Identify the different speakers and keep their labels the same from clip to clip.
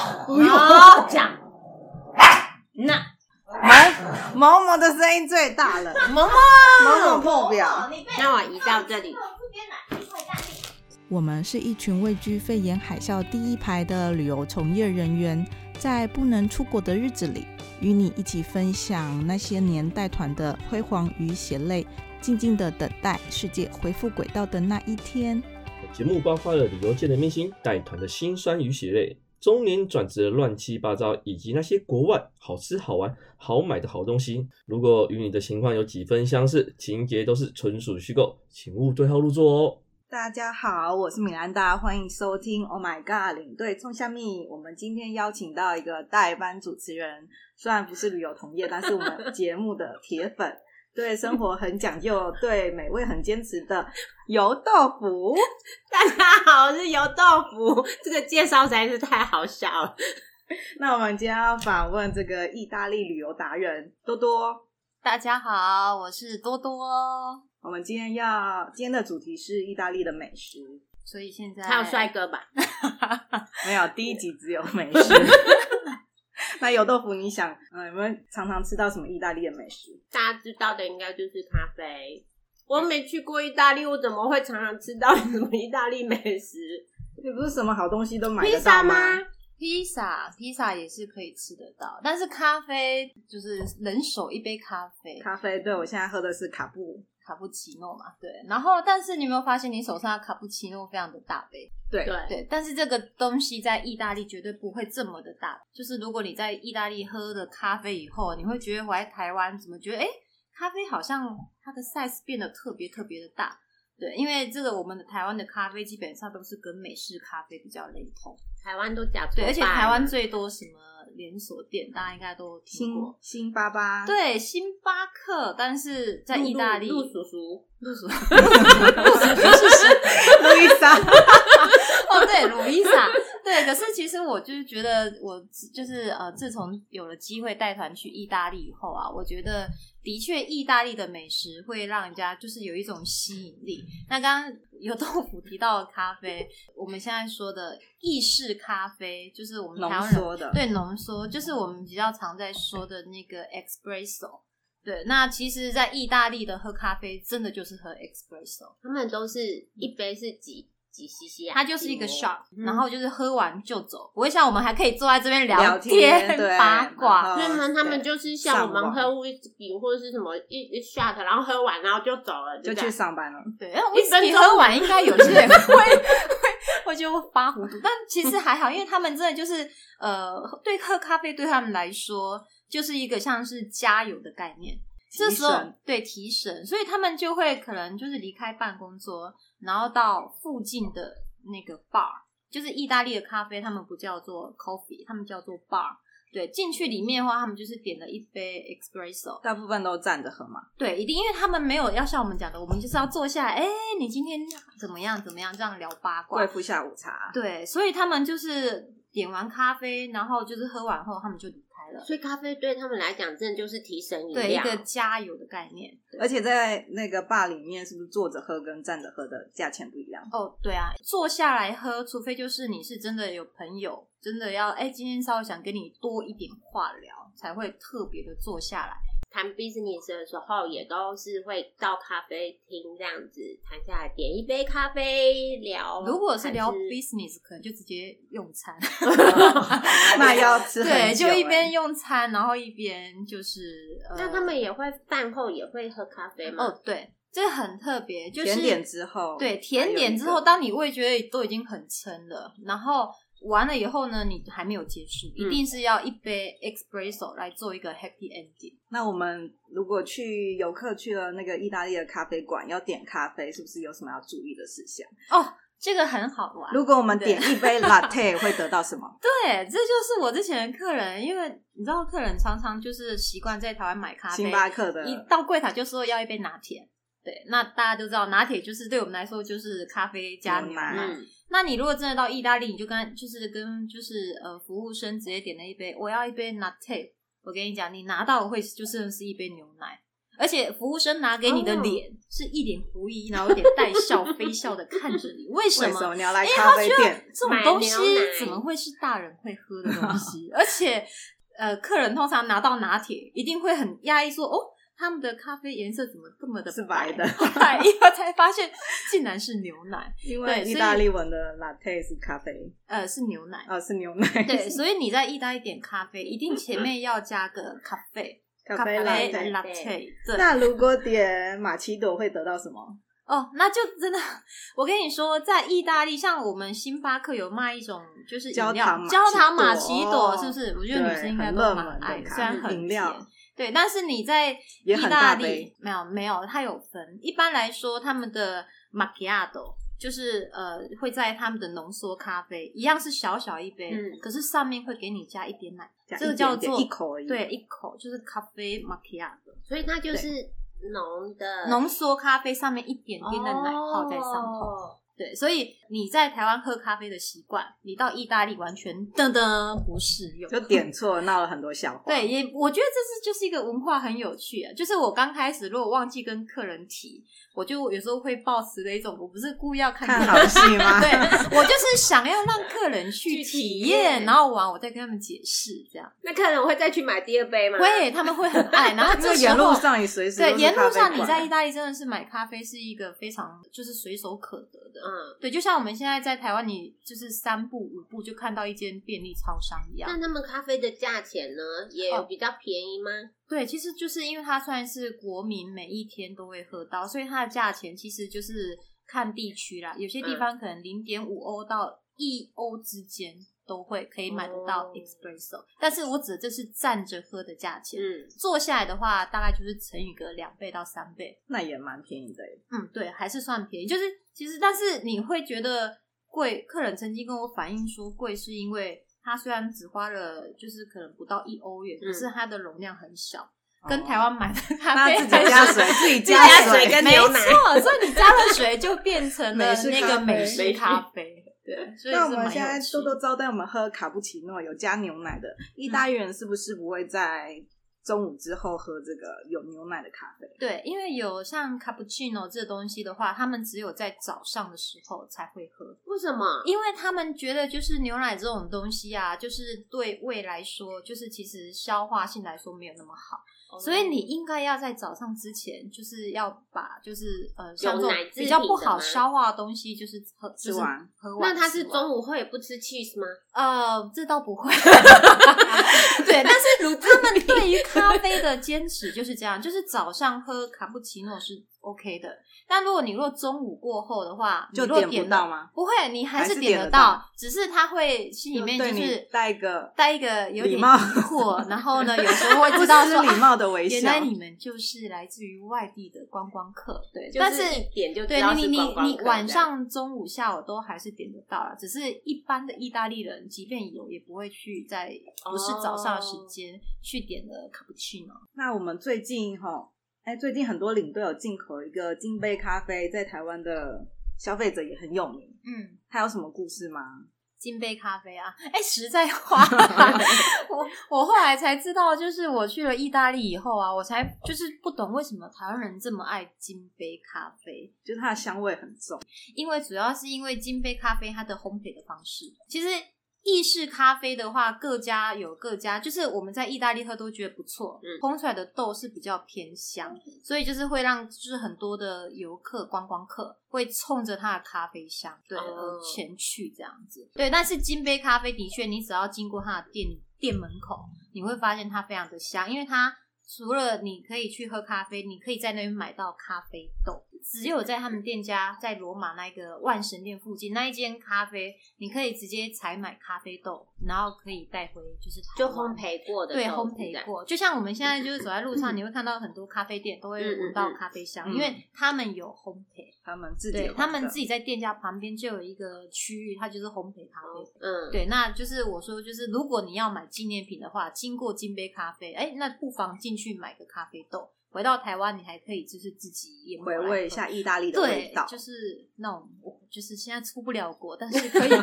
Speaker 1: 好讲，哎那
Speaker 2: 毛毛的声音最大了，
Speaker 1: 萌
Speaker 2: 毛毛
Speaker 1: 萌，
Speaker 2: 破表。
Speaker 1: 那我移到这里。
Speaker 3: 我们是一群位居肺炎海啸第一排的旅游从业人员，在不能出国的日子里，与你一起分享那些年带团的辉煌与血泪，静静的等待世界恢复轨道的那一天。
Speaker 4: 节目包括了旅游界的明星、带团的辛酸与血泪、中年转职的乱七八糟，以及那些国外好吃好玩好买的好东西。如果与你的情况有几分相似，情节都是纯属虚构，请勿对号入座哦。
Speaker 2: 大家好，我是米兰达，欢迎收听《Oh My God》领队冲下蜜。我们今天邀请到一个代班主持人，虽然不是旅游同业，但是我们节目的铁粉， 对生活很讲究，对美味很坚持的油豆腐。
Speaker 1: 大家好，我是油豆腐，这个介绍实在是太好笑了。
Speaker 2: 那我们今天要访问这个意大利旅游达人多多。
Speaker 5: 大家好，我是多多。
Speaker 2: 我们今天要今天的主题是意大利的美食，
Speaker 5: 所以现在
Speaker 1: 还有帅哥吧？
Speaker 2: 没有第一集只有美食。 那油豆腐，你想，呃，有没有常常吃到什么意大利的美食？
Speaker 1: 大家知道的应该就是咖啡。我没去过意大利，我怎么会常常吃到什么意大利美食？
Speaker 2: 你不是什么好东西都买
Speaker 1: 披
Speaker 2: 得到
Speaker 1: 萨
Speaker 2: 吗？
Speaker 1: 吗？
Speaker 5: 披萨，披萨也是可以吃得到，但是咖啡就是人手一杯咖啡，
Speaker 2: 咖啡，对我现在喝的是卡布，
Speaker 5: 卡布奇诺嘛，对。然后，但是你有没有发现你手上的卡布奇诺非常的大杯？
Speaker 2: 对
Speaker 1: 对，
Speaker 5: 对，但是这个东西在意大利绝对不会这么的大。就是如果你在意大利喝了咖啡以后，你会觉得回来台湾怎么觉得哎，诶咖啡好像它的 size 变得特别特别的大。对，因为这个我们的台湾的咖啡基本上都是跟美式咖啡比较类同。
Speaker 1: 台湾都假
Speaker 5: 对，而且台湾最多什么连锁店，大家应该都听
Speaker 2: 新
Speaker 5: 过。
Speaker 2: 新巴巴，，
Speaker 5: 对，星巴克，但是在意大利，
Speaker 1: 陆叔叔，
Speaker 5: 露宿，露宿就是 食
Speaker 2: 路易莎，
Speaker 5: 哦，对，鲁伊莎，对。可是其实我就是觉得我，就是呃，自从有了机会带团去意大利以后啊，我觉得的确意大利的美食会让人家就是有一种吸引力。那刚刚有豆腐提到的咖啡，我们现在说的意式咖啡，就是我们台
Speaker 2: 浓
Speaker 5: 湾人
Speaker 2: 缩的，，
Speaker 5: 对浓缩，就是我们比较常在说的那个 espresso。对，那其实，在意大利的喝咖啡，真的就是喝 espresso。
Speaker 1: 他们都是一杯是几几 cc 啊？
Speaker 5: 它就是一个 shot，、
Speaker 1: 嗯
Speaker 5: 然后就是喝完就走，不会像我们还可以坐在这边
Speaker 2: 聊
Speaker 5: 天
Speaker 2: 天对
Speaker 5: 八
Speaker 2: 然
Speaker 5: 卦。
Speaker 2: 后
Speaker 1: 那他他们
Speaker 2: 对
Speaker 1: 就是像我
Speaker 2: 上
Speaker 1: 们
Speaker 2: 网
Speaker 1: 喝 whisky 或者是什么一一 shot，然后喝完然后就走了，
Speaker 2: 就
Speaker 1: 这
Speaker 2: 去
Speaker 1: 样
Speaker 2: 上班了。
Speaker 5: 对，那
Speaker 1: 一分
Speaker 5: whisky
Speaker 1: 钟
Speaker 5: 喝完应该有些 人会会会就发糊涂，但其实还好，因为他们真的就是呃，对喝咖啡对他们来说就是一个像是加油的概念。这时
Speaker 2: 提
Speaker 5: 候
Speaker 2: 神
Speaker 5: 对提神，所以他们就会可能就是离开办公桌，然后到附近的那个 bar，就是意大利的咖啡，他们不叫做 coffee，他们叫做 bar。对，进去里面的话，他们就是点了一杯 espresso。
Speaker 2: 大部分都站着喝嘛，
Speaker 5: 对，一定，因为他们没有要像我们讲的，我们就是要坐下来，哎，你今天怎么样怎么样，这样聊八卦
Speaker 2: 贵。妇下午茶，
Speaker 5: 对，所以他们就是点完咖啡，然后就是喝完后，他们就离开了。
Speaker 1: 所以咖啡对他们来讲，真的就是提神饮
Speaker 5: 对，一
Speaker 1: 料。
Speaker 5: 个加油的概念。对
Speaker 2: 而且在那个坝里面，是不是坐着喝跟站着喝的价钱不一 样？
Speaker 5: 哦，对啊，坐下来喝，除非就是你是真的有朋友，真的要哎，今天稍微想跟你多一点话聊，才会特别的坐下来。
Speaker 1: 谈 business 的时候，也都是会到咖啡厅这样子谈下来，点一杯咖啡聊。
Speaker 2: 哦
Speaker 5: 如果是聊
Speaker 1: 还
Speaker 5: business，可能就直接用餐。
Speaker 2: 那要吃哦很久
Speaker 5: 对，就一边
Speaker 2: 欸
Speaker 5: 用餐，然后一边就是 呃，
Speaker 1: 那他们也会饭后也会喝咖啡吗？
Speaker 5: 哦，对，这很特别，就是
Speaker 2: 甜点之后，
Speaker 5: 对甜点之后，当你味觉得都已经很撑了，然后完了以后呢，你还没有结束，
Speaker 2: 嗯
Speaker 5: 一定是要一杯 espresso 来做一个 happy ending。
Speaker 2: 那我们如果去游客去了那个意大利的咖啡馆，要点咖啡，是不是有什么要注意的事项？
Speaker 5: 哦，这个很好玩。
Speaker 2: 如果我们
Speaker 5: 对
Speaker 2: 点一 杯 latte 会得到什么？
Speaker 5: 对，这就是我之前的客人，因为你知道，客人常常就是习惯在台湾买咖啡，
Speaker 2: 星巴克的
Speaker 5: 一到柜台就说要一杯拿铁。对，那大家都知道，拿铁就是对我们来说就是咖啡加
Speaker 2: 牛
Speaker 5: 牛
Speaker 2: 奶
Speaker 5: 奶。
Speaker 1: 嗯，
Speaker 5: 那你如果真的到意大利，你就跟就是跟就是呃服务生直接点了一杯，我要一杯 latte。我跟你讲，你拿到的会就是是一杯牛奶，而且服务生拿给你的
Speaker 1: 哦
Speaker 5: 脸是一脸狐疑，然后有点带笑 非笑的看着你，为什
Speaker 2: 为
Speaker 5: 么哎
Speaker 2: 什？么你要来
Speaker 5: 因为
Speaker 2: 咖
Speaker 5: 他
Speaker 2: 啡
Speaker 5: 觉得
Speaker 2: 店？
Speaker 5: 这
Speaker 1: 买
Speaker 5: 种东西
Speaker 1: 牛奶
Speaker 5: 怎么会是大人会喝的 东西？而且，呃，客人通常拿到拿铁一定会很压抑，说：“哦，他们的咖啡颜色怎么这么的
Speaker 2: 是白
Speaker 5: 白
Speaker 2: 的
Speaker 5: 白一喝才发现竟然是牛奶，
Speaker 2: 因
Speaker 5: 对
Speaker 2: 为
Speaker 5: 所以
Speaker 2: 意大利文的 latte 是咖啡，
Speaker 5: 呃，是牛奶。
Speaker 2: 啊是牛奶，
Speaker 5: 对，所以你在意大利点咖啡，一定前面要加个咖啡，
Speaker 2: 咖啡 latte。
Speaker 5: latte。对，
Speaker 2: 那如果点玛奇朵会得到什么？
Speaker 5: 哦，那就真的，我跟你说，在意大利，像我们星巴克有卖一种就是饮料
Speaker 2: 焦糖玛奇
Speaker 5: 焦糖玛
Speaker 2: 朵
Speaker 5: 奇朵，
Speaker 2: 哦
Speaker 5: 是不是？我觉得女
Speaker 2: 对
Speaker 5: 生应该
Speaker 2: 很
Speaker 5: 都
Speaker 2: 热
Speaker 5: 蛮
Speaker 2: 门的
Speaker 5: 爱，
Speaker 2: 咖
Speaker 5: 虽然
Speaker 2: 啡
Speaker 5: 很
Speaker 2: 饮
Speaker 5: 甜
Speaker 2: 料。
Speaker 5: 对，但是你在意
Speaker 2: 也很
Speaker 5: 大
Speaker 2: 大
Speaker 5: 利
Speaker 2: 杯
Speaker 5: 没有没有，它有分。一般来说，他们的 macchiato 就是呃会在他们的浓缩咖啡一样是小小一杯，
Speaker 1: 嗯
Speaker 5: 可是上面会给你加一点奶，
Speaker 2: 加
Speaker 5: 这个
Speaker 2: 一点
Speaker 5: 叫
Speaker 2: 点
Speaker 5: 做
Speaker 2: 一口而已。
Speaker 5: 对，一口就是咖啡 macchiato，
Speaker 1: 所以它就是浓的
Speaker 5: 浓缩咖啡上面一点点的奶泡在上头。
Speaker 1: 哦
Speaker 5: 对，所以你在台湾喝咖啡的习惯，你到意大利完全噔噔不适用，
Speaker 2: 就点错，闹了很多笑话。
Speaker 5: 对，，也我觉得这是就是一个文化很有趣啊。就是我刚开始如果忘记跟客人提，我就有时候会抱持的一种，我不是故意要看
Speaker 2: 看
Speaker 5: 客
Speaker 2: 好
Speaker 5: 人，
Speaker 2: 戏吗？
Speaker 5: 对我就是想要让客人
Speaker 1: 去
Speaker 5: 去体
Speaker 1: 体
Speaker 5: 验，
Speaker 1: 验
Speaker 5: 然后完我再跟他们解释， 这样
Speaker 1: 那客人会再去买第二杯吗？
Speaker 5: 会他们会很爱。然后
Speaker 2: 因
Speaker 5: 这
Speaker 2: 为
Speaker 5: 时
Speaker 2: 沿路
Speaker 5: 候。
Speaker 2: 上也随时
Speaker 5: 对，
Speaker 2: 都是
Speaker 5: 沿路
Speaker 2: 咖啡
Speaker 5: 上你
Speaker 2: 馆
Speaker 5: 在意大利真的是买咖啡是一个非常就是随手可得的，
Speaker 1: 嗯，
Speaker 5: 对，就像我们现在在台湾，你就是三步五步就看到一间便利超商一样。
Speaker 1: 但他们咖啡的价钱呢，也
Speaker 5: 哦
Speaker 1: 有比较便宜吗？
Speaker 5: 对，其实就是因为它算是国民每一天都会喝到，所以它的价钱其实就是看地区啦，有些
Speaker 2: 嗯
Speaker 5: 地方可能零点五欧到一欧之间都会可以买得到
Speaker 1: 哦
Speaker 5: espresso，、但是我指的这是站着喝的价钱。
Speaker 1: 嗯，
Speaker 5: 坐下来的话，大概就是乘以个两倍到三倍，
Speaker 2: 那也蛮便宜的欸耶。
Speaker 5: 嗯，对，还是算便宜。就是其实，但是你会觉得贵，客人曾经跟我反映说贵，是因为他虽然只花了就是可能不到一欧元，可是它的容量很小，跟台湾买的咖
Speaker 2: 嗯哦那
Speaker 5: 啡
Speaker 2: 自己
Speaker 5: 还是
Speaker 2: 加水，自己
Speaker 1: 加
Speaker 2: 加
Speaker 1: 水跟
Speaker 5: 没
Speaker 1: 牛奶
Speaker 5: 错，所以你加了水就变成
Speaker 2: 美
Speaker 5: 了
Speaker 2: 式
Speaker 5: 那
Speaker 2: 咖
Speaker 5: 个
Speaker 2: 啡
Speaker 5: 美式
Speaker 1: 美
Speaker 5: 咖啡。 对，所以
Speaker 2: 那
Speaker 5: 是
Speaker 2: 我们
Speaker 5: 蛮
Speaker 2: 现在
Speaker 5: 有
Speaker 2: 多
Speaker 5: 趣
Speaker 2: 多
Speaker 5: 的。
Speaker 2: 招待我们喝卡布奇诺，有加牛奶的。意大利人是不是不会在中午之后喝这个有牛奶的咖啡？
Speaker 5: 对，因为有像 cappuccino 这东西的话，他们只有在早上的时候才会喝。
Speaker 1: 为什么？
Speaker 5: 因为他们觉得就是牛奶这种东西啊，就是对胃来说，就是其实消化性来说没有那么好，
Speaker 1: 哦
Speaker 5: 所以你应该要在早上之前，就是要把就是呃像这种
Speaker 1: 奶制品
Speaker 5: 比较不
Speaker 1: 的
Speaker 5: 好
Speaker 1: 吗
Speaker 5: 消化的东西，就是喝
Speaker 2: 吃完，
Speaker 5: 就是喝完
Speaker 1: 哦那他是
Speaker 5: 吃完
Speaker 1: 中午后也不吃 cheese 吗？
Speaker 5: 呃，这倒 不会。 对，但是如他们 对于咖啡的坚持就是这样，就是早上喝卡布奇诺是 OK 的，但如果你若中午过后的话，
Speaker 2: 就
Speaker 5: 你若
Speaker 2: 点不
Speaker 5: 点
Speaker 2: 到
Speaker 5: 了
Speaker 2: 吗？
Speaker 5: 不会，你还
Speaker 2: 还
Speaker 5: 是
Speaker 2: 是
Speaker 5: 点
Speaker 2: 点
Speaker 5: 得
Speaker 2: 得
Speaker 5: 到
Speaker 2: 到，
Speaker 5: 只是他会心里面
Speaker 2: 对
Speaker 5: 就
Speaker 2: 你
Speaker 5: 是
Speaker 2: 带一个
Speaker 5: 带一个有点
Speaker 2: 礼
Speaker 5: 疑
Speaker 2: 貌
Speaker 5: 惑，然后呢，有时候会知道说
Speaker 2: 不失礼貌的微
Speaker 5: 啊原
Speaker 2: 笑
Speaker 5: 来你们就是来自于外地的观光客，对，
Speaker 1: 就
Speaker 5: 但
Speaker 1: 是
Speaker 5: 是
Speaker 1: 一点就知
Speaker 5: 对
Speaker 1: 道
Speaker 5: 你
Speaker 1: 是
Speaker 5: 你
Speaker 1: 观光
Speaker 5: 你你
Speaker 1: 客
Speaker 5: 晚
Speaker 1: 这样
Speaker 5: 上、中午、下午都还是点得到啦，只是一般的意大利人，即便有，也不会去在不是早上的时
Speaker 1: 哦
Speaker 5: 间去点的卡布奇诺。
Speaker 2: 那我们最近哈，哎，最近很多领队有进口一个金杯咖啡，在台湾的消费者也很有名。
Speaker 5: 嗯，
Speaker 2: 它有什么故事吗？
Speaker 5: 金杯咖啡啊，哎、实在话， 我我后来才知道，就是我去了意大利以后啊，我才就是不懂为什么台湾人这么爱金杯咖啡，
Speaker 2: 就是它的香味很重，
Speaker 5: 因为主要是因为金杯咖啡它的烘焙的方式，其实。意式咖啡的话，各家有各家，就是我们在意大利喝都觉得不错，
Speaker 1: 嗯
Speaker 5: 烘出来的豆是比较偏香，所以就是会让就是很多的游客观光客会冲着它的咖啡香对
Speaker 1: 哦
Speaker 5: 而前去这样子。对，但是金杯咖啡的确，你只要经过它的店店门口，你会发现它非常的香，因为它除了你可以去喝咖啡，你可以在那边买到咖啡豆。只有在他们店家在罗马那个万神殿附近那一间咖啡，你可以直接采买咖啡豆，然后可以带回就是台
Speaker 1: 就
Speaker 5: 湾
Speaker 1: 烘焙过的
Speaker 5: 对
Speaker 1: 豆
Speaker 5: 烘
Speaker 1: 子这
Speaker 5: 焙
Speaker 1: 样
Speaker 5: 过，就像我们现在就是走在 路上，你会看到很多咖啡店都会
Speaker 1: 嗯嗯
Speaker 5: 闻到
Speaker 1: 嗯
Speaker 5: 咖啡香，
Speaker 2: 嗯
Speaker 5: 因为他们有烘焙，
Speaker 2: 他们自己
Speaker 5: 对
Speaker 2: 烘
Speaker 5: 他们
Speaker 2: 的
Speaker 5: 自己在店家旁边就有一个区域，它就是烘焙咖啡。
Speaker 1: 嗯，
Speaker 5: 对，那就是我说，就是如果你要买纪念品的话，经过金杯咖啡，哎，那不妨进去买个咖啡豆，回到台湾你还可以就是自己也
Speaker 2: 回味一下意大利的味
Speaker 5: 对
Speaker 2: 道，，
Speaker 5: 就是那种我就是现在出不了国，但是可以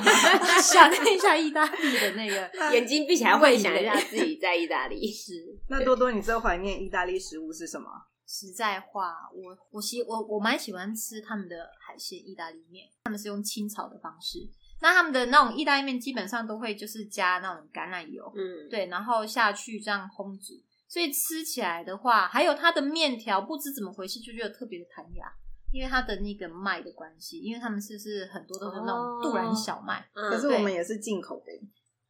Speaker 5: 想念一下意大利的那个
Speaker 1: 眼睛闭起来
Speaker 5: 味
Speaker 1: 幻想一
Speaker 5: 蕾
Speaker 1: 下自己在意大利。
Speaker 5: 是
Speaker 2: 那多多，你最怀念意大利食物是什么？
Speaker 5: 实在话，我我喜我我蛮喜欢吃他们的海鲜意大利面，他们是用清炒的方式。那他们的那种意大利面基本上都会就是加那种橄榄油，
Speaker 1: 嗯，
Speaker 5: 对，然后下去这样烘煮，所以吃起来的话，还有它的面条，不知怎么回事就觉得特别的弹牙，因为它的那个麦的关系，因为他们是不是很多都是那种杜兰小麦？
Speaker 1: 嗯，
Speaker 2: 可是
Speaker 5: 对
Speaker 2: 我们也是进口的，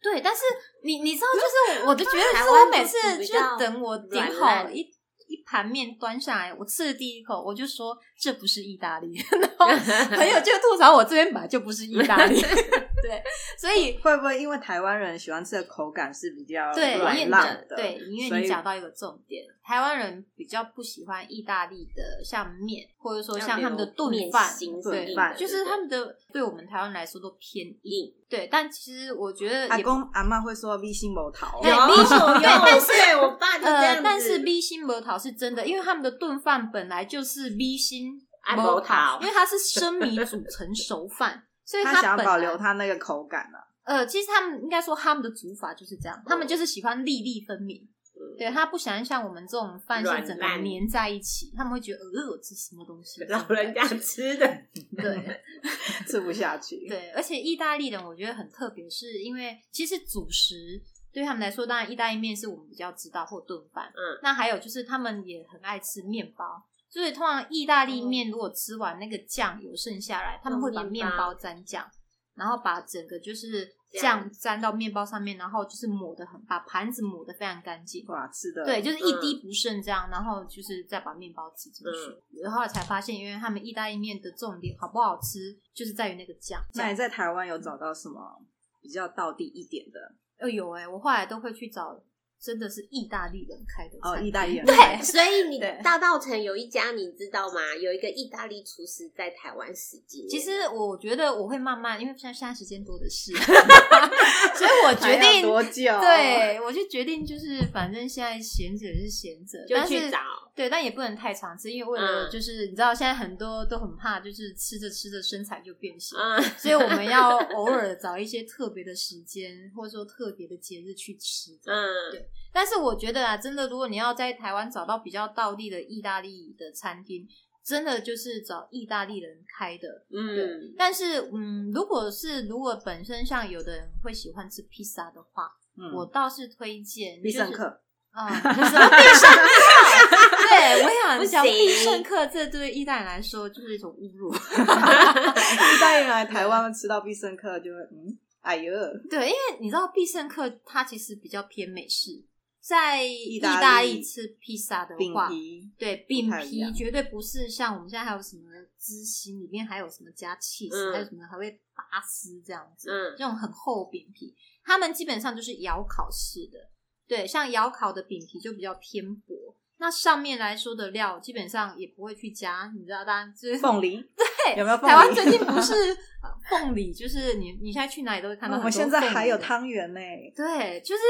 Speaker 5: 对，但是你你知道， 就是我我就觉得，
Speaker 1: 台
Speaker 5: 是
Speaker 1: 湾
Speaker 5: 我每
Speaker 1: 不
Speaker 5: 次
Speaker 1: 是比
Speaker 5: 就
Speaker 1: 较
Speaker 5: 等我点
Speaker 1: 软
Speaker 5: 好
Speaker 1: 烂
Speaker 5: 一一盘面端上来，我吃的第一口我就说这不是意大利， 然后朋友就吐槽我这边本来就不是意大 利，对，所以
Speaker 2: 会不会因为台湾人喜欢吃的口感是比较
Speaker 5: 对，因为
Speaker 2: 软
Speaker 5: 你
Speaker 2: 烂
Speaker 5: 讲
Speaker 2: 的？
Speaker 5: 对，因
Speaker 2: 所
Speaker 5: 为
Speaker 2: 以
Speaker 5: 你讲到一个重点，台湾人比较不喜欢意大利的像面，或者说像他们的炖
Speaker 1: 面
Speaker 5: 饭，
Speaker 1: 型
Speaker 2: 炖
Speaker 1: 是硬
Speaker 2: 饭
Speaker 1: 的
Speaker 5: 就是他们的对我们台湾来说都偏硬。对，但其实我觉得
Speaker 2: 阿
Speaker 5: 也
Speaker 2: 公阿妈会说 V 心某桃，
Speaker 5: 对
Speaker 1: 有
Speaker 5: 咪
Speaker 1: 有，
Speaker 5: 手有
Speaker 1: 但是我爸就这样
Speaker 5: 呃
Speaker 1: 子，，
Speaker 5: 但是 B 心摩桃是真的，因为他们的炖饭本来就是 B 心
Speaker 2: 啊
Speaker 1: 按
Speaker 5: 摩
Speaker 1: 摩嗯桃
Speaker 5: 因为它是生米煮成熟饭，所以
Speaker 2: 他想要
Speaker 5: 本
Speaker 2: 保
Speaker 5: 来
Speaker 2: 留它那个口感啊。
Speaker 5: 呃，其实他们应该说他们的煮法就是这样，他
Speaker 2: 哦
Speaker 5: 们就是喜欢粒粒分明。对他不喜欢像我们这种饭是
Speaker 1: 软
Speaker 5: 整个
Speaker 1: 烂
Speaker 5: 粘在一起，他们会觉得呃，这什么东西？
Speaker 1: 老人家吃的，
Speaker 5: 对
Speaker 2: 吃不下去。，
Speaker 5: 对，而且意大利人我觉得很特别，是因为其实主食对他们来说，当然意大利面是我们比较知道或炖饭，
Speaker 1: 嗯，
Speaker 5: 那还有就是他们也很爱吃面包，所以通常意大利面如果吃完那个酱有剩下来，他们会把
Speaker 1: 哦用
Speaker 5: 面
Speaker 1: 面包
Speaker 5: 包沾酱，然后把整个就是
Speaker 1: 酱
Speaker 5: 酱沾到面包上面，然后就是抹的很，把盘子抹的非常干净。
Speaker 2: 哇，吃的嗯
Speaker 5: 对，就是一滴不剩这样，然后就是再把面包挤进去，
Speaker 2: 嗯
Speaker 5: 然后才发现，因为他们意大利面的重点好不好吃，就是在于那个酱。
Speaker 2: 那你在台湾有找到什么比较道地一点的？
Speaker 5: 哦，有哎、我后来都会去找，真的是意大利人开的
Speaker 2: 哦，
Speaker 5: 餐
Speaker 2: 意大利人
Speaker 5: 对
Speaker 2: 开的
Speaker 1: 所以你
Speaker 5: 对
Speaker 1: 大道城有一家你知道吗？有一个意大利厨师在台湾十几年，
Speaker 5: 其实我觉得我会慢慢，因为现在现在时间多 的是，所以我决
Speaker 2: 还要
Speaker 5: 定，
Speaker 2: 多久？，
Speaker 5: 对我就决定就是，反正现在闲着也是闲着，
Speaker 1: 就
Speaker 5: 但
Speaker 1: 去
Speaker 5: 是
Speaker 1: 找，
Speaker 5: 对，但也不能太常吃，因为为了
Speaker 1: 嗯
Speaker 5: 就是、你知道现在很多都很怕，就是吃着吃着身材就变形，
Speaker 1: 嗯，
Speaker 5: 所以我 们要偶尔找一些特别的时间，或者说特别的节日去吃。
Speaker 1: 嗯，
Speaker 5: 但是我觉得啊，真的，如果你要在台湾找到比较道地的意大利的餐厅，真的就是找意大利人开的。
Speaker 1: 嗯，
Speaker 5: 但是，嗯，如果是如果本身像有的人会喜欢吃披萨的话，
Speaker 2: 嗯
Speaker 5: 我倒是推荐
Speaker 2: 必胜
Speaker 5: 就是
Speaker 2: 客。
Speaker 5: 啊，不是啊必胜客，对我想讲
Speaker 1: 不行
Speaker 5: 必胜客，这对意大利人来说就是一种侮 辱。
Speaker 2: 意大利人来台湾吃到必胜客就会嗯，哎呦，
Speaker 5: 对，因为你知道必胜客它其实比较偏美式，在意
Speaker 2: 大利
Speaker 5: 大利吃披萨的
Speaker 2: 饼
Speaker 5: 话，
Speaker 2: 皮
Speaker 5: 对，饼
Speaker 2: 太一
Speaker 5: 皮
Speaker 2: 样
Speaker 5: 绝对不是像我们现在还有什么芝心，里面还有什么加 cheese，、
Speaker 1: 嗯
Speaker 5: 还有什么还会拔丝这样子，
Speaker 1: 嗯
Speaker 5: 这种很厚饼皮，他们基本上就是窑烤式的。对，像窑烤的饼皮就比较偏薄，那上面来说的料基本上也不会去加，你知道，当然就是
Speaker 2: 凤梨，
Speaker 5: 对，
Speaker 2: 有没有凤梨
Speaker 5: 台湾最近不是呃凤梨，就是你你现在去哪里都会看到
Speaker 2: 那嗯我
Speaker 5: 很多
Speaker 2: 们
Speaker 5: 凤
Speaker 2: 哦
Speaker 5: 梨
Speaker 2: 现
Speaker 5: 的。
Speaker 2: 在还有汤圆呢。
Speaker 5: 对，就是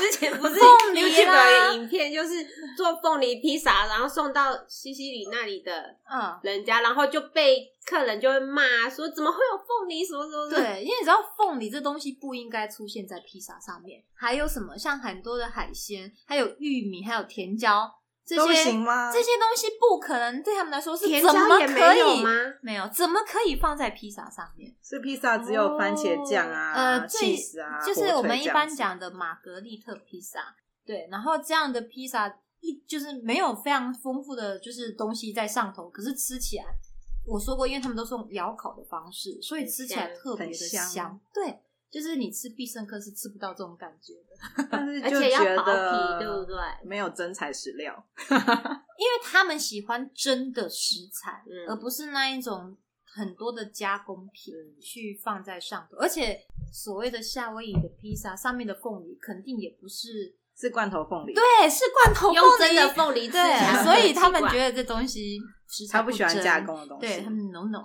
Speaker 1: 之前 不是
Speaker 5: 凤梨
Speaker 1: YouTube
Speaker 5: 啦
Speaker 1: 有一个影片，就是做凤梨披萨，然后送到西西里那里的
Speaker 5: 嗯，
Speaker 1: 人家，然后就被客人就会骂说怎么会有凤梨什么什么什么，
Speaker 5: 对，因为你知道凤梨这东西不应该出现在披萨上面，还有什么像很多的海鲜，还有玉米，还有甜椒这
Speaker 2: 都不
Speaker 5: 些
Speaker 2: 行吗
Speaker 5: 这些东西不可能对他们来说是
Speaker 1: 甜
Speaker 5: 怎么
Speaker 1: 椒也
Speaker 5: 可以
Speaker 1: 没有吗？
Speaker 5: 没有怎么可以放在披萨上面？
Speaker 2: 是披萨只有番茄酱啊、
Speaker 5: 呃，最
Speaker 2: cheese 啊，
Speaker 5: 就是我们一般
Speaker 2: 火腿酱
Speaker 5: 讲的玛格丽特披萨，对，然后这样的披萨一就是没有非常丰富的就是东西在上头，可是吃起来。我说过，因为他们都是用窑烤的方式，所以吃起来
Speaker 1: 很香
Speaker 5: 特别的
Speaker 2: 很香
Speaker 5: 对，就是你吃必胜客是吃不到这种感觉的，
Speaker 2: 但是
Speaker 1: 而
Speaker 2: 就
Speaker 1: 且要
Speaker 2: 觉
Speaker 1: 薄
Speaker 2: 得
Speaker 1: 皮，对不对？
Speaker 2: 没有真材实料，
Speaker 5: 因为他们喜欢真的食材，
Speaker 1: 嗯
Speaker 5: 而不是那一种很多的加工品去放在上头。而且所谓的夏威夷的披萨上面的凤梨，肯定也不是
Speaker 2: 是罐头凤梨。
Speaker 5: 对，是罐头
Speaker 1: 用
Speaker 5: 凤
Speaker 1: 真
Speaker 5: 梨
Speaker 1: 的凤梨吃起来
Speaker 5: 对，
Speaker 1: 很
Speaker 5: 所以他们
Speaker 1: 奇怪
Speaker 5: 觉得这东西食材
Speaker 2: 他不喜欢
Speaker 5: 真
Speaker 2: 加，工的东西。
Speaker 5: 对他们 no no，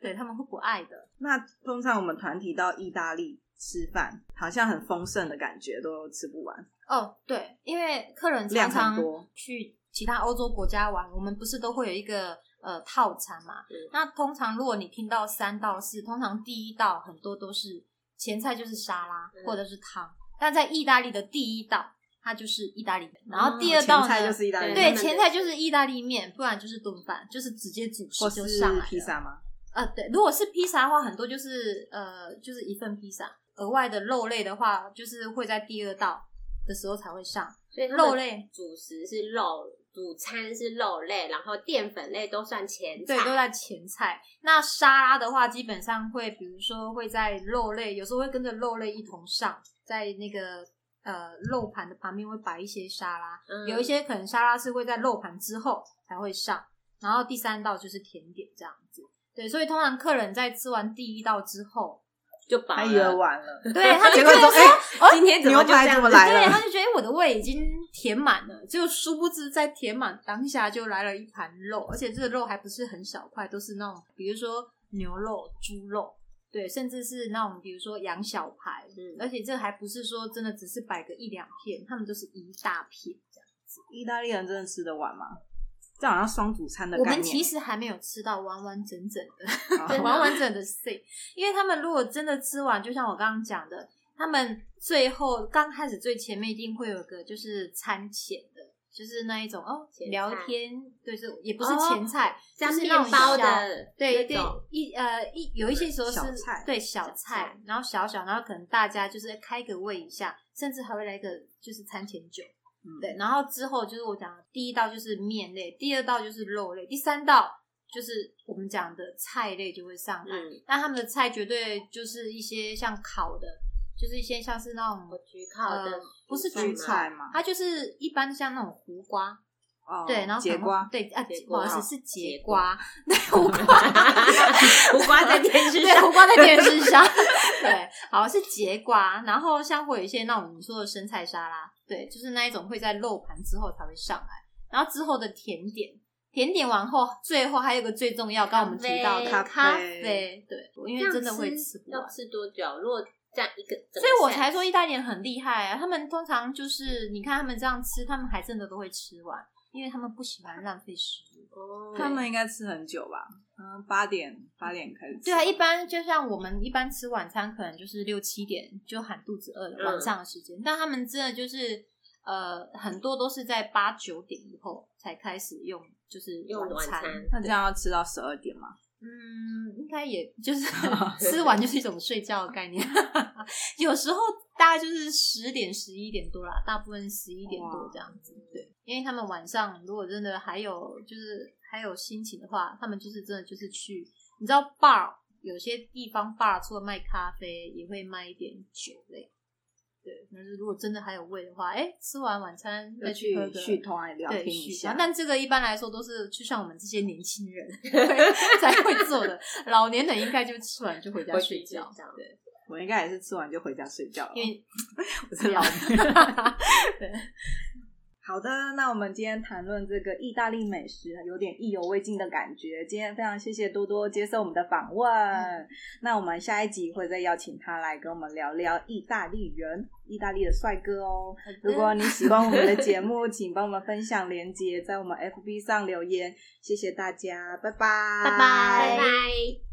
Speaker 5: 对他们会不爱的。
Speaker 2: 那通常我们团体到意大利吃饭，好像很丰盛的感觉，都吃不完。
Speaker 5: 哦，对，因为客人常
Speaker 2: 量很
Speaker 5: 常
Speaker 2: 多
Speaker 5: 去其他欧洲国家玩，我们不是都会有一个呃套餐嘛？
Speaker 1: 嗯
Speaker 5: 那通常如果你听到三到四，通常第一道很多都是前菜就是沙拉
Speaker 1: 嗯
Speaker 5: 或者是汤，但在意大利的第一道它就是意大利面。然后第二
Speaker 2: 嗯
Speaker 5: 道
Speaker 2: 前菜
Speaker 5: 呢，
Speaker 2: 就是意大利面
Speaker 5: 对前菜就是意大利面，不然就是炖饭，就是直接主食
Speaker 2: 或
Speaker 5: 就是上来了
Speaker 2: 披萨吗？
Speaker 5: 啊，对，如果是披萨的话，很多就是呃，就是一份披萨，额外的肉类的话，就是会在第二道的时候才会上
Speaker 1: 所以他们
Speaker 5: 肉类，
Speaker 1: 主食是肉，主餐是肉类，然后淀粉类都算前菜。
Speaker 5: 对，都在前菜。那沙拉的话，基本上会，比如说会在肉类，有时候会跟着肉类一同上，在那个呃肉盘的旁边会摆一些沙拉，
Speaker 1: 嗯
Speaker 5: 有一些可能沙拉是会在肉盘之后才会上，然后第三道就是甜点这样子。对，所以通常客人在吃完第一道之后，
Speaker 1: 就饱
Speaker 2: 他以为
Speaker 1: 了。
Speaker 2: 晚了，
Speaker 5: 对 他就
Speaker 2: 结果
Speaker 5: 觉得
Speaker 2: 说
Speaker 5: 说，
Speaker 2: 哎，
Speaker 1: 今天怎
Speaker 2: 牛
Speaker 1: 么就这
Speaker 2: 排
Speaker 1: 样
Speaker 2: 怎么
Speaker 1: 子
Speaker 2: 来
Speaker 5: 对，
Speaker 2: 了？
Speaker 5: 他就觉得哎诶我的胃已经填满了，结果殊不知在填满当下就来了一盘肉，而且这个肉还不是很小块，都是那种比如说牛肉、猪肉，对，甚至是那种比如说羊小排，
Speaker 1: 嗯
Speaker 5: 而且这还不是说真的只是摆个一两片，他们都是一大片这样。
Speaker 2: 意大利人真的吃得完吗？这好像双主餐的
Speaker 5: 我
Speaker 2: 概念。
Speaker 5: 们其实还没有吃到完完整整的。
Speaker 2: 啊
Speaker 5: 对，完完整的 C，因为他们如果真的吃完，就像我刚刚讲的，他们最后刚开始最前面一定会有个就是餐前的，就是那一种哦
Speaker 1: 前菜
Speaker 5: 聊天，对，是也不是
Speaker 1: 哦
Speaker 5: 前菜，就
Speaker 1: 沾
Speaker 5: 是那
Speaker 1: 面
Speaker 5: 种
Speaker 1: 包
Speaker 5: 小
Speaker 1: 的
Speaker 5: 对
Speaker 1: 那
Speaker 5: 对
Speaker 1: 种，
Speaker 5: 一呃一有一些时候是
Speaker 2: 小菜
Speaker 5: 对小
Speaker 1: 小
Speaker 5: 菜，
Speaker 1: 菜
Speaker 5: 然后小小，然后可能大家就是开个胃一下，甚至还会来个就是餐前酒，
Speaker 2: 嗯
Speaker 5: 对，然后之后就是我讲的第一道就是面类，第二道就是肉类，第三道就是我们讲的菜类就会上来，
Speaker 1: 嗯，
Speaker 5: 但他们的菜绝对就是一些像烤的，就是一些像是那种。
Speaker 1: 焗烤的
Speaker 5: 呃不是
Speaker 1: 蔬
Speaker 2: 蔬
Speaker 1: 菜
Speaker 2: 菜
Speaker 1: 吗
Speaker 2: 嘛，
Speaker 5: 它就是一般像那种胡瓜，
Speaker 2: 哦
Speaker 5: 对，然后
Speaker 2: 节
Speaker 5: 可能
Speaker 2: 瓜，
Speaker 5: 对啊，
Speaker 1: 节
Speaker 5: 不好意
Speaker 1: 瓜
Speaker 5: 思是节
Speaker 1: 节
Speaker 5: 瓜，对胡瓜，
Speaker 1: 胡瓜在电视
Speaker 5: 对，
Speaker 1: 上，
Speaker 5: 胡瓜在电视 上。对，好是节瓜，然后像会有一些那种你说的生菜沙拉，对，就是那一种会在肉盘之后才会上来，然后之后的甜点，甜点完后，最后还有一个最重要，刚刚我们提到的
Speaker 1: 咖
Speaker 2: 啡
Speaker 5: 咖
Speaker 2: 咖
Speaker 5: 啡
Speaker 2: 啡，
Speaker 5: 对，因为真的会吃不完
Speaker 1: 要。吃多久？如果这样一个，
Speaker 5: 所以我才说意
Speaker 1: 一
Speaker 5: 大利人很厉害啊！他们通常就是你看他们这样吃，他们还真的都会吃完，因为他们不喜欢浪费食物。
Speaker 2: 他
Speaker 1: 哦
Speaker 2: 们应该吃很久吧？嗯，八点八点开始吃。
Speaker 5: 对啊，一般就像我们一般吃晚餐，可能就是六七点就喊肚子饿了，
Speaker 1: 嗯
Speaker 5: 晚上的时间。但他们真的就是呃，很多都是在八九点以后才开始用，就是
Speaker 1: 用晚
Speaker 5: 餐
Speaker 1: 餐。
Speaker 2: 那这样要吃到十二点吗？
Speaker 5: 嗯，应该也 就是吃完就是一种睡觉的概念。 有时候大概就是十点、十一点多啦，大部分十一点多这样子。对，因为他们晚上如果真的还有就是还有心情的话，他们就是真的就是去，你知道 bar 有些地方 bar 除了卖咖啡，也会卖一点酒类。对，那是如果真的还有胃的话，哎、吃完晚餐再
Speaker 2: 要
Speaker 5: 去喝
Speaker 2: 去
Speaker 5: 个
Speaker 2: 续团聊天
Speaker 5: 对，
Speaker 2: 一
Speaker 5: 续
Speaker 2: 下
Speaker 5: 团。。但这个一般来说都是就像我们这些年轻人会才会做的，老年人应该就吃完就回家
Speaker 1: 回去
Speaker 5: 睡觉
Speaker 1: 睡觉。
Speaker 5: 对，
Speaker 2: 我应该也是吃完就回家睡觉了，
Speaker 5: 因为
Speaker 2: 我是老年。
Speaker 5: 对，
Speaker 2: 好的，那我们今天谈论这个意大利美食，有点意犹未尽的感觉。今天非常谢谢多多接受我们的访问。那我们下一集会再邀请他来跟我们聊聊意大利人、意大利的帅哥哦。如果你喜欢我们的节目，请帮我们分享连接，在我们 FB 上留言。谢谢大家，拜拜，
Speaker 5: 拜拜
Speaker 1: 拜拜。